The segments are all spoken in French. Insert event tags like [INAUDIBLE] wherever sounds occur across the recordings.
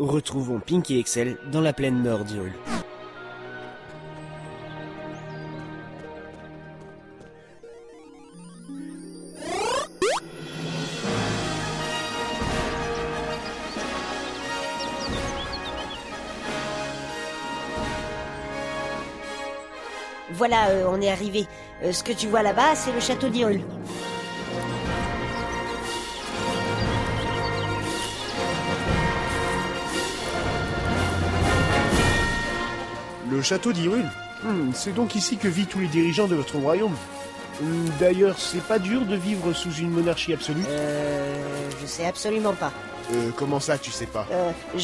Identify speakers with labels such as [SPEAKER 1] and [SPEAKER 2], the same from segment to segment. [SPEAKER 1] Retrouvons Pink et Excel dans la plaine nord d'Irul.
[SPEAKER 2] Voilà, euh, on est arrivé. Euh, ce que tu vois là-bas, c'est le château d'Irul.
[SPEAKER 3] Le château d'Irul Hmm, C'est donc ici que vivent tous les dirigeants de votre royaume. Hmm, D'ailleurs, c'est pas dur de vivre sous une monarchie absolue.
[SPEAKER 2] Euh, je sais absolument pas.
[SPEAKER 3] Euh, comment ça, tu sais pas
[SPEAKER 2] Euh, je,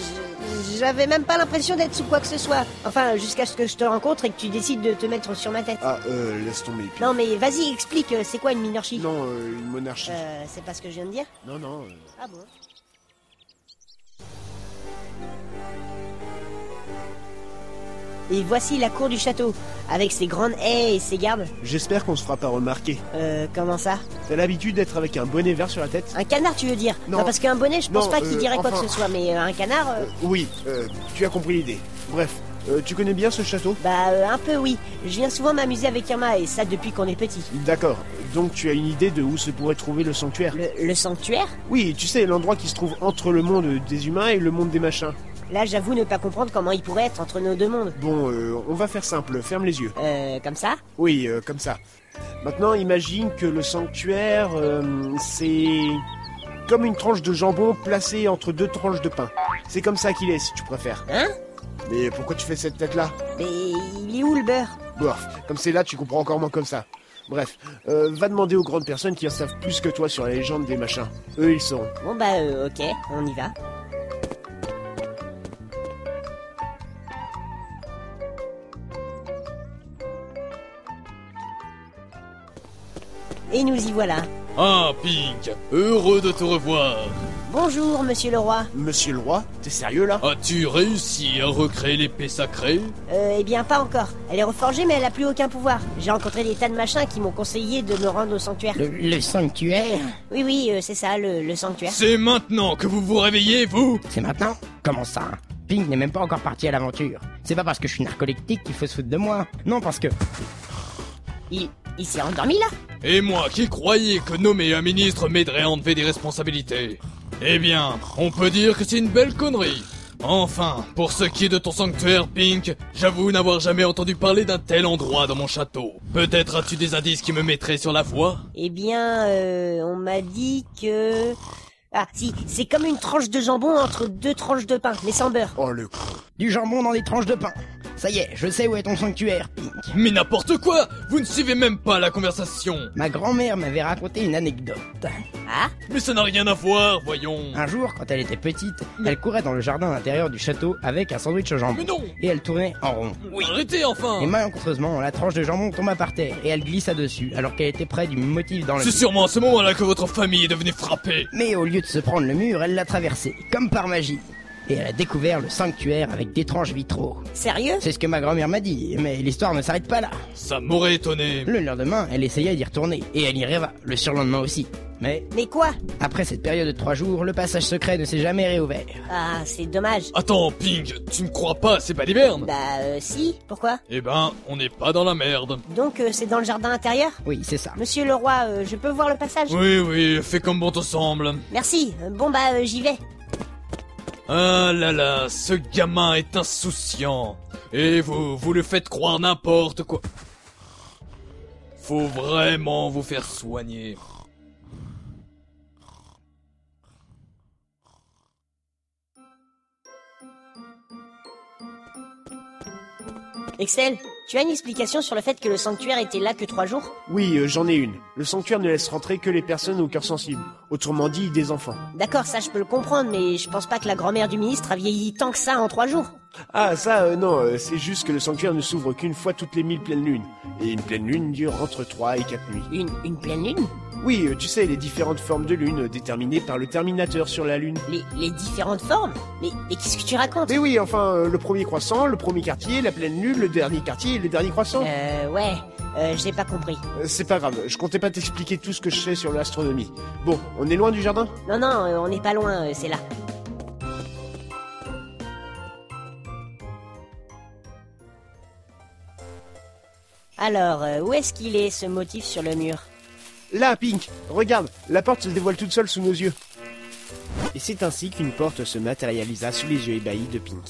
[SPEAKER 2] je- j'avais même pas l'impression d'être sous quoi que ce soit. Enfin, jusqu'à ce que je te rencontre et que tu décides de te mettre sur ma tête.
[SPEAKER 3] Ah, euh, laisse tomber. Pink.
[SPEAKER 2] Non, mais vas-y, explique, euh, c'est quoi une minorchie
[SPEAKER 3] Non, euh, une monarchie.
[SPEAKER 2] Euh, c'est pas ce que je viens de dire
[SPEAKER 3] Non, non. euh,
[SPEAKER 2] Ah bon Et voici la cour du château, avec ses grandes haies et ses gardes.
[SPEAKER 3] J'espère qu'on se fera pas remarquer.
[SPEAKER 2] Euh, comment ça
[SPEAKER 3] T'as l'habitude d'être avec un bonnet vert sur la tête
[SPEAKER 2] Un canard, tu veux dire Ah,
[SPEAKER 3] Non.
[SPEAKER 2] parce qu'un bonnet, je pense
[SPEAKER 3] Non,
[SPEAKER 2] pas qu'il
[SPEAKER 3] euh,
[SPEAKER 2] dirait quoi
[SPEAKER 3] enfin-
[SPEAKER 2] que ce soit, mais euh, un canard, euh,
[SPEAKER 3] Euh, Oui, euh, tu as compris l'idée. Bref, euh, tu connais bien ce château
[SPEAKER 2] bah euh, un peu oui. Je viens souvent m'amuser avec Irma, et ça depuis qu'on est petit.
[SPEAKER 3] D'accord. Donc tu as une idée de où se pourrait trouver le sanctuaire
[SPEAKER 2] Le, le sanctuaire
[SPEAKER 3] Oui, tu sais, l'endroit qui se trouve entre le monde des humains et le monde des machins.
[SPEAKER 2] Là, j'avoue ne pas comprendre comment il pourrait être entre nos deux mondes.
[SPEAKER 3] Bon, euh, on va faire simple, ferme les yeux.
[SPEAKER 2] Euh, comme ça
[SPEAKER 3] Oui, euh, comme ça. Maintenant, imagine que le sanctuaire, euh, c'est comme une tranche de jambon placée entre deux tranches de pain. C'est comme ça qu'il est, si tu préfères.
[SPEAKER 2] Hein
[SPEAKER 3] Mais pourquoi tu fais cette tête-là
[SPEAKER 2] Mais il est où le beurre
[SPEAKER 3] Bof, comme c'est là, tu comprends encore moins comme ça. Bref, euh, va demander aux grandes personnes qui en savent plus que toi sur la légende des machins. Eux, ils sauront.
[SPEAKER 2] Bon bah euh, ok, on y va. Et nous y voilà.
[SPEAKER 4] Ah, Pink, heureux de te revoir.
[SPEAKER 2] Bonjour, monsieur le roi.
[SPEAKER 3] Monsieur le roi, t'es sérieux là
[SPEAKER 4] As-tu réussi à recréer l'épée sacrée
[SPEAKER 2] Euh, eh bien, pas encore. Elle est reforgée, mais elle a plus aucun pouvoir. J'ai rencontré des tas de machins qui m'ont conseillé de me rendre au sanctuaire.
[SPEAKER 5] Le, le sanctuaire
[SPEAKER 2] Oui, oui, euh, c'est ça, le, le sanctuaire.
[SPEAKER 4] C'est maintenant que vous vous réveillez, vous
[SPEAKER 5] C'est maintenant Comment ça Ping n'est même pas encore parti à l'aventure. C'est pas parce que je suis narcoleptique qu'il faut se foutre de moi. Non, parce que...
[SPEAKER 2] Il, il s'est endormi là
[SPEAKER 4] Et moi qui croyais que nommer un ministre m'aiderait à enlever des responsabilités. Eh bien, on peut dire que c'est une belle connerie. Enfin, pour ce qui est de ton sanctuaire, Pink, j'avoue n'avoir jamais entendu parler d'un tel endroit dans mon château. Peut-être as-tu des indices qui me mettraient sur la voie
[SPEAKER 2] Eh bien, euh, on m'a dit que... Ah, si, c'est comme une tranche de jambon entre deux tranches de pain, mais sans beurre.
[SPEAKER 3] Oh le con.
[SPEAKER 5] Du jambon dans des tranches de pain. Ça y est, je sais où est ton sanctuaire, Pink.
[SPEAKER 4] Mais n'importe quoi Vous ne suivez même pas la conversation
[SPEAKER 5] Ma grand-mère m'avait raconté une anecdote.
[SPEAKER 2] Ah
[SPEAKER 4] Mais ça n'a rien à voir, voyons
[SPEAKER 5] Un jour, quand elle était petite, elle courait dans le jardin intérieur du château avec un sandwich au jambon.
[SPEAKER 4] Mais non
[SPEAKER 5] Et elle tournait en rond.
[SPEAKER 4] Arrêtez enfin
[SPEAKER 5] Et malencontreusement, la tranche de jambon tomba par terre et elle glissa dessus alors qu'elle était près du motif dans le
[SPEAKER 4] C'est
[SPEAKER 5] mur.
[SPEAKER 4] sûrement à ce moment-là que votre famille est devenue frappée.
[SPEAKER 5] Mais au lieu de se prendre le mur, elle l'a traversé, comme par magie. Et elle a découvert le sanctuaire avec d'étranges vitraux.
[SPEAKER 2] Sérieux
[SPEAKER 5] C'est ce que ma grand-mère m'a dit, mais l'histoire ne s'arrête pas là.
[SPEAKER 4] Ça m'aurait étonné.
[SPEAKER 5] Le lendemain, elle essaya d'y retourner, et elle y rêva, le surlendemain aussi. Mais,
[SPEAKER 2] Mais quoi
[SPEAKER 5] après cette période de trois jours, le passage secret ne s'est jamais réouvert.
[SPEAKER 2] Ah, c'est dommage.
[SPEAKER 4] Attends, Ping, tu ne crois pas, c'est pas l'hiverne
[SPEAKER 2] Bah, euh, si, pourquoi
[SPEAKER 4] Eh ben, on n'est pas dans la merde.
[SPEAKER 2] Donc, euh, c'est dans le jardin intérieur
[SPEAKER 5] Oui, c'est ça.
[SPEAKER 2] Monsieur le roi, euh, je peux voir le passage
[SPEAKER 4] Oui, oui, fais comme bon te semble.
[SPEAKER 2] Merci. Euh, Bon bah, euh, j'y vais.
[SPEAKER 4] Ah là là, ce gamin est insouciant. Et vous, vous le faites croire n'importe quoi. Faut vraiment vous faire soigner.
[SPEAKER 2] Excel, tu as une explication sur le fait que le sanctuaire était là que trois jours
[SPEAKER 3] Oui, euh, j'en ai une. Le sanctuaire ne laisse rentrer que les personnes au cœur sensible. Autrement dit, des enfants.
[SPEAKER 2] D'accord, ça je peux le comprendre, mais je pense pas que la grand-mère du ministre a vieilli tant que ça en trois jours.
[SPEAKER 3] Ah, ça, euh, non, euh, c'est juste que le sanctuaire ne s'ouvre qu'une fois toutes les mille pleines lunes. Et une pleine lune dure entre 3 et 4 nuits.
[SPEAKER 2] Une, une pleine lune
[SPEAKER 3] Oui, euh, tu sais, les différentes formes de lune euh, déterminées par le terminateur sur la lune.
[SPEAKER 2] les, les différentes formes Mais, mais qu'est-ce que tu racontes
[SPEAKER 3] Mais oui, enfin, euh, le premier croissant, le premier quartier, la pleine lune, le dernier quartier et le dernier croissant.
[SPEAKER 2] Euh, ouais, euh, j'ai pas compris.
[SPEAKER 3] Euh, C'est pas grave, je comptais pas t'expliquer tout ce que je sais sur l'astronomie. Bon, on est loin du jardin
[SPEAKER 2] Non, non, euh, on n'est pas loin, euh, c'est là. Alors, euh, où est-ce qu'il est ce motif sur le mur
[SPEAKER 3] Là, Pink, regarde, la porte se dévoile toute seule sous nos yeux.
[SPEAKER 1] Et c'est ainsi qu'une porte se matérialisa sous les yeux ébahis de Pink.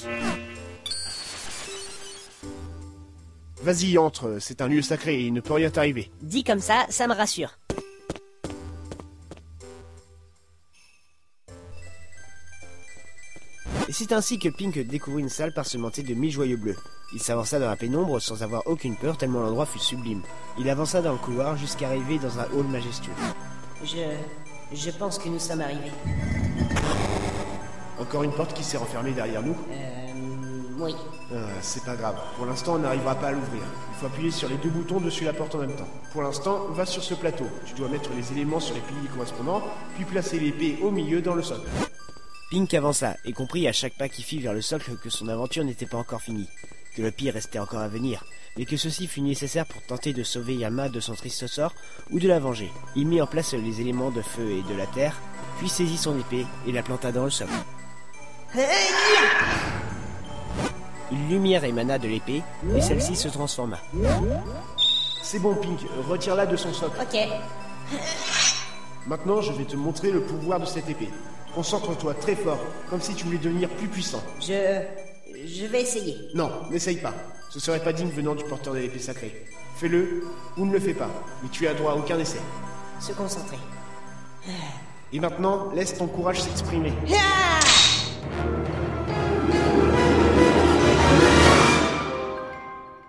[SPEAKER 3] Vas-y, entre, c'est un lieu sacré et il ne peut rien t'arriver.
[SPEAKER 2] Dit comme ça, ça me rassure.
[SPEAKER 1] Et c'est ainsi que Pink découvrit une salle parsementée de mille joyeux bleus. Il s'avança dans la pénombre sans avoir aucune peur tellement l'endroit fut sublime. Il avança dans le couloir jusqu'à arriver dans un hall majestueux.
[SPEAKER 2] Je. Je pense que nous sommes arrivés.
[SPEAKER 3] Encore une porte qui s'est refermée derrière nous.
[SPEAKER 2] Euh. Oui.
[SPEAKER 3] Ah, c'est pas grave, pour l'instant on n'arrivera pas à l'ouvrir. Il faut appuyer sur les deux boutons dessus la porte en même temps. Pour l'instant, va sur ce plateau. Tu dois mettre les éléments sur les piliers correspondants, puis placer l'épée au milieu dans le sol.
[SPEAKER 1] Pink avança et comprit à chaque pas qu'il fit vers le socle que son aventure n'était pas encore finie, que le pire restait encore à venir, mais que ceci fut nécessaire pour tenter de sauver Yama de son triste sort ou de la venger. Il mit en place les éléments de feu et de la terre, puis saisit son épée et la planta dans le socle. Une lumière émana de l'épée et celle-ci se transforma.
[SPEAKER 3] C'est bon, Pink, retire-la de son socle.
[SPEAKER 2] Ok.
[SPEAKER 3] Maintenant, je vais te montrer le pouvoir de cette épée. Concentre-toi très fort, comme si tu voulais devenir plus puissant.
[SPEAKER 2] Je. Je vais essayer.
[SPEAKER 3] Non, n'essaye pas. Ce serait pas digne venant du porteur de l'épée sacrée. Fais-le ou ne le fais pas, mais tu as droit à aucun essai.
[SPEAKER 2] Se concentrer.
[SPEAKER 3] Et maintenant, laisse ton courage s'exprimer.
[SPEAKER 2] Ah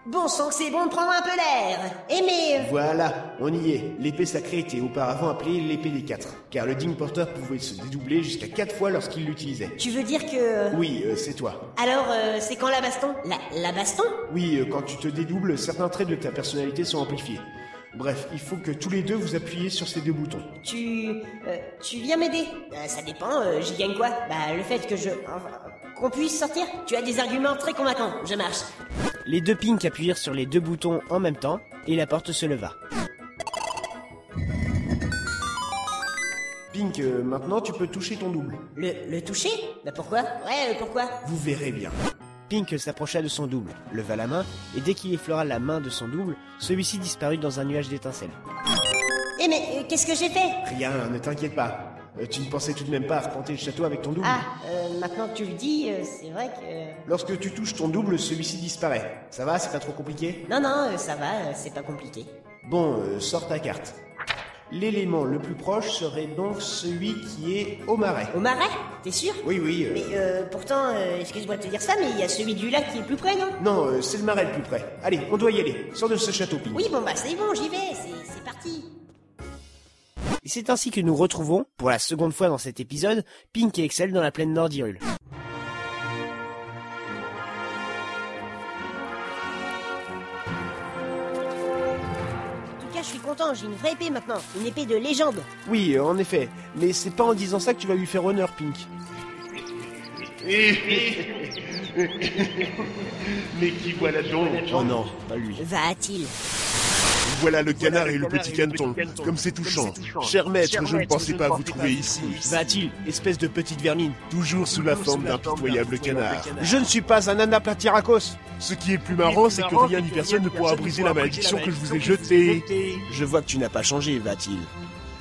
[SPEAKER 2] Bon sang, que c'est bon de prendre un peu l'air. Eh mais. euh,
[SPEAKER 3] Voilà, on y est. L'épée sacrée était auparavant appelée l'épée des quatre, car le digne porteur pouvait se dédoubler jusqu'à quatre fois lorsqu'il l'utilisait.
[SPEAKER 2] Tu veux dire que.
[SPEAKER 3] Oui, euh, c'est toi.
[SPEAKER 2] Alors, euh, c'est quand la baston La, la baston
[SPEAKER 3] Oui, euh, quand tu te dédoubles, certains traits de ta personnalité sont amplifiés. Bref, il faut que tous les deux vous appuyiez sur ces deux boutons.
[SPEAKER 2] Tu. euh, tu viens m'aider Euh, Ça dépend, euh, j'y gagne quoi Bah, le fait que je. enfin, qu'on puisse sortir Tu as des arguments très convaincants, je marche.
[SPEAKER 1] Les deux Pink appuyirent sur les deux boutons en même temps et la porte se leva.
[SPEAKER 3] Pink, euh, maintenant tu peux toucher ton double.
[SPEAKER 2] Le, le toucher Bah, pourquoi Ouais, euh, pourquoi
[SPEAKER 3] Vous verrez bien.
[SPEAKER 1] Pink s'approcha de son double, leva la main, et dès qu'il effleura la main de son double, celui-ci disparut dans un nuage d'étincelles.
[SPEAKER 2] Eh, mais euh, qu'est-ce que j'ai fait
[SPEAKER 3] Rien, ne t'inquiète pas. Euh, tu ne pensais tout de même pas à arpenter le château avec ton double.
[SPEAKER 2] Ah, euh, maintenant que tu le dis, euh, c'est vrai que. euh,
[SPEAKER 3] Lorsque tu touches ton double, celui-ci disparaît. Ça va, c'est pas trop compliqué
[SPEAKER 2] Non, non, euh, ça va, euh, c'est pas compliqué.
[SPEAKER 3] Bon, euh, sors ta carte. L'élément le plus proche serait donc celui qui est au marais.
[SPEAKER 2] Au marais T'es sûr
[SPEAKER 3] Oui, oui. euh,
[SPEAKER 2] Mais euh, pourtant, euh, excuse-moi de te dire ça, mais il y a celui du lac qui est plus près, non
[SPEAKER 3] Non, euh, c'est le marais le plus près. Allez, on doit y aller. Sors de ce château, Pink.
[SPEAKER 2] Oui, bon, bah, c'est bon, j'y vais, c'est- c'est parti.
[SPEAKER 1] Et c'est ainsi que nous retrouvons, pour la seconde fois dans cet épisode, Pink et Excel dans la plaine nord d'Irul.
[SPEAKER 2] En tout cas, je suis content, j'ai une vraie épée maintenant, une épée de légende.
[SPEAKER 3] Oui, euh, en effet. Mais c'est pas en disant ça que tu vas lui faire honneur, Pink.
[SPEAKER 6] Mais qui voilà donc
[SPEAKER 3] Oh non, pas lui.
[SPEAKER 2] Va-t-il
[SPEAKER 7] Voilà le canard et le petit canton. Comme c'est touchant. Cher maître, je ne pensais pas vous trouver ici.
[SPEAKER 3] Va-t-il, espèce de petite vermine
[SPEAKER 7] Toujours sous la forme d'un pitoyable canard.
[SPEAKER 3] Je ne suis pas un anaplatyrakos
[SPEAKER 7] Ce qui est plus marrant, c'est que rien ni personne ne pourra briser la malédiction que je vous ai jetée.
[SPEAKER 3] Je vois que tu n'as pas changé, va-t-il.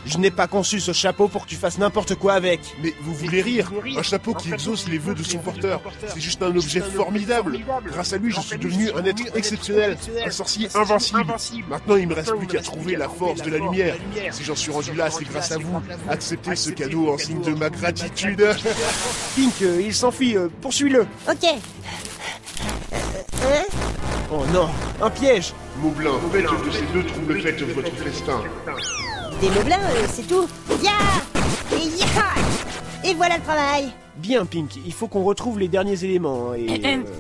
[SPEAKER 3] Je n'ai pas conçu ce chapeau pour que tu fasses n'importe quoi avec.
[SPEAKER 7] Mais vous voulez rire Un chapeau qui exauce les vœux de son porteur. C'est juste un objet formidable. Grâce à lui, je suis devenu un être exceptionnel, un sorcier invincible. Maintenant, il me reste plus qu'à trouver la force de la lumière. Si j'en suis rendu là, c'est grâce à vous. Acceptez ce cadeau en signe de ma gratitude. [LAUGHS]
[SPEAKER 3] Pink, euh, il s'enfuit, euh, poursuis-le.
[SPEAKER 2] Ok. Hein
[SPEAKER 3] Oh non, un piège
[SPEAKER 7] Moublin, faites de ces deux troubles faites votre festin.
[SPEAKER 2] Des moblins, euh, c'est tout. Ya Et ya Et voilà le travail.
[SPEAKER 3] Bien, Pink, il faut qu'on retrouve les derniers éléments. hein, Et.
[SPEAKER 2] Ahem.
[SPEAKER 3] euh,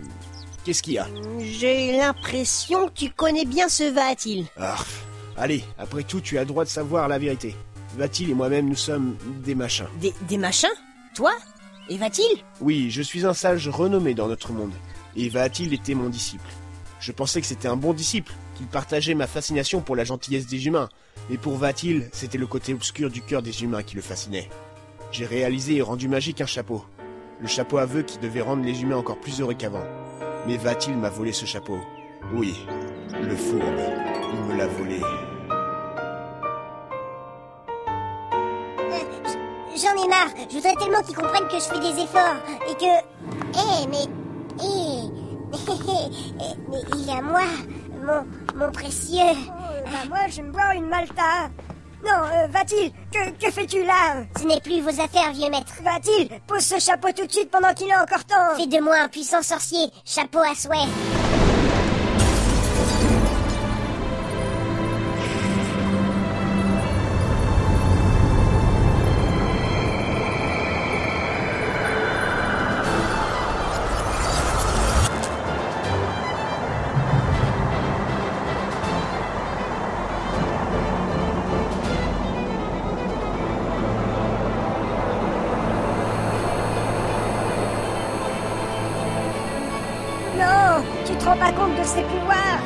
[SPEAKER 3] Qu'est-ce qu'il y a
[SPEAKER 2] J'ai l'impression que tu connais bien ce va-t-il.
[SPEAKER 3] Ah, Allez, après tout, tu as le droit de savoir la vérité. Va-t-il et moi-même, nous sommes des machins.
[SPEAKER 2] Des, des machins Toi Et va-t-il
[SPEAKER 3] Oui, je suis un sage renommé dans notre monde. Et va-t-il était mon disciple. Je pensais que c'était un bon disciple, qu'il partageait ma fascination pour la gentillesse des humains. Mais pour va-t-il, c'était le côté obscur du cœur des humains qui le fascinait. J'ai réalisé et rendu magique un chapeau. Le chapeau aveu qui devait rendre les humains encore plus heureux qu'avant. Mais va-t-il m'a volé ce chapeau Oui, Le fourbe, il me l'a volé.
[SPEAKER 8] Euh, J'en ai marre. Je voudrais tellement qu'ils comprennent que je fais des efforts et que. Eh, mais. Eh. [LAUGHS] Eh, mais il est à moi, mon, mon précieux.
[SPEAKER 9] Oh, bah moi, je me bois une Malta. Non, euh, va-t-il Que, que fais-tu là
[SPEAKER 8] Ce n'est plus vos affaires, vieux maître.
[SPEAKER 9] Va-t-il Pose ce chapeau tout de suite pendant qu'il est encore temps.
[SPEAKER 8] Fais de moi un puissant sorcier, chapeau à souhait.
[SPEAKER 9] Non, tu te rends pas compte de ses pouvoirs.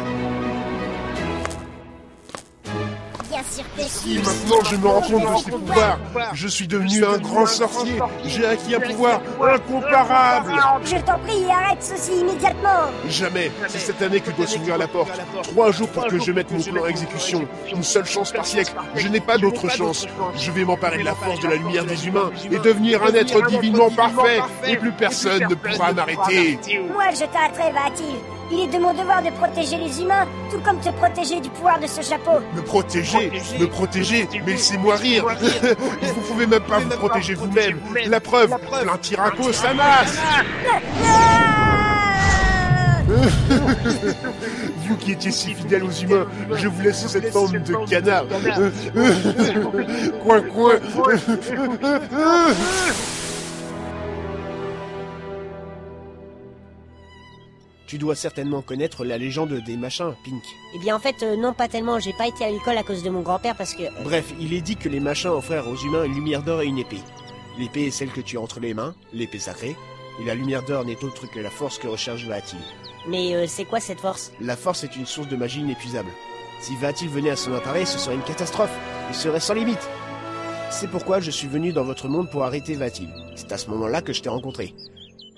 [SPEAKER 8] Bien sûr que
[SPEAKER 7] Si,
[SPEAKER 8] si.
[SPEAKER 7] maintenant je me rends compte de ses pouvoirs. Je suis devenu un grand sorcier. J'ai acquis un pouvoir incomparable.
[SPEAKER 9] Je t'en prie, arrête ceci immédiatement.
[SPEAKER 7] Jamais. C'est cette année que doit s'ouvrir la porte. Trois jours pour que je mette mon plan à exécution. Une seule chance par siècle. Je n'ai pas d'autre chance. Je vais m'emparer de la force de la lumière des humains et devenir un être divinement parfait. Et plus personne ne pourra m'arrêter.
[SPEAKER 9] Moi, je t'arrêterai, va-t-il Il est de mon devoir de protéger les humains, tout comme te protéger du pouvoir de ce chapeau.
[SPEAKER 7] Me protéger, me protéger, mais laissez-moi rire. [LAUGHS] vous pouvez même pas vous protéger vous-même. La preuve, plein tiraco, ça [LAUGHS] masse. Vous qui étiez si fidèle aux humains, je vous laisse sous cette forme de canard. [LAUGHS] coin, coin.
[SPEAKER 3] Tu dois certainement connaître la légende des machins, Pink.
[SPEAKER 2] Eh bien, en fait, euh, non, pas tellement. J'ai pas été à l'école à cause de mon grand-père parce que. euh,
[SPEAKER 3] Bref, il est dit que les machins offrèrent aux humains une lumière d'or et une épée. L'épée est celle que tu as entre les mains, l'épée sacrée, et la lumière d'or n'est autre que la force que recherche Vatil.
[SPEAKER 2] Mais euh, c'est quoi cette force
[SPEAKER 3] La force est une source de magie inépuisable. Si Vatil venait à son appareil, ce serait une catastrophe, il serait sans limite. C'est pourquoi je suis venu dans votre monde pour arrêter Vatil. C'est à ce moment-là que je t'ai rencontré.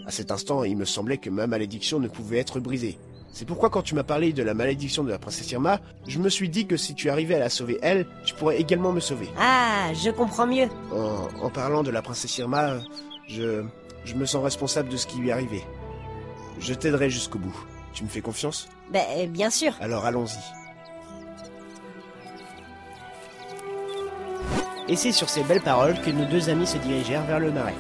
[SPEAKER 3] À cet instant, il me semblait que ma malédiction ne pouvait être brisée. C'est pourquoi quand tu m'as parlé de la malédiction de la princesse Irma, je me suis dit que si tu arrivais à la sauver elle, tu pourrais également me sauver.
[SPEAKER 2] Ah, je comprends mieux.
[SPEAKER 3] En, en parlant de la princesse Irma, euh, je, je me sens responsable de ce qui lui est arrivé. Je t'aiderai jusqu'au bout. Tu me fais confiance
[SPEAKER 2] Ben, euh, bien sûr.
[SPEAKER 3] Alors allons-y.
[SPEAKER 1] Et c'est sur ces belles paroles que nos deux amis se dirigèrent vers le marais.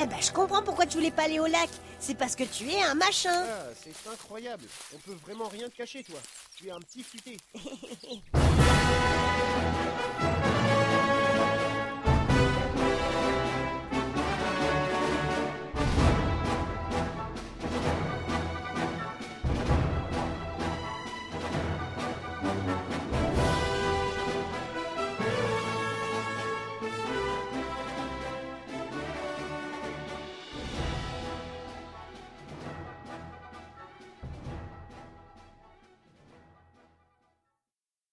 [SPEAKER 2] Eh ben, je comprends pourquoi tu voulais pas aller au lac. C'est parce que tu es un machin.
[SPEAKER 3] c'est incroyable. On peut vraiment rien te cacher, toi. Tu es un petit futé.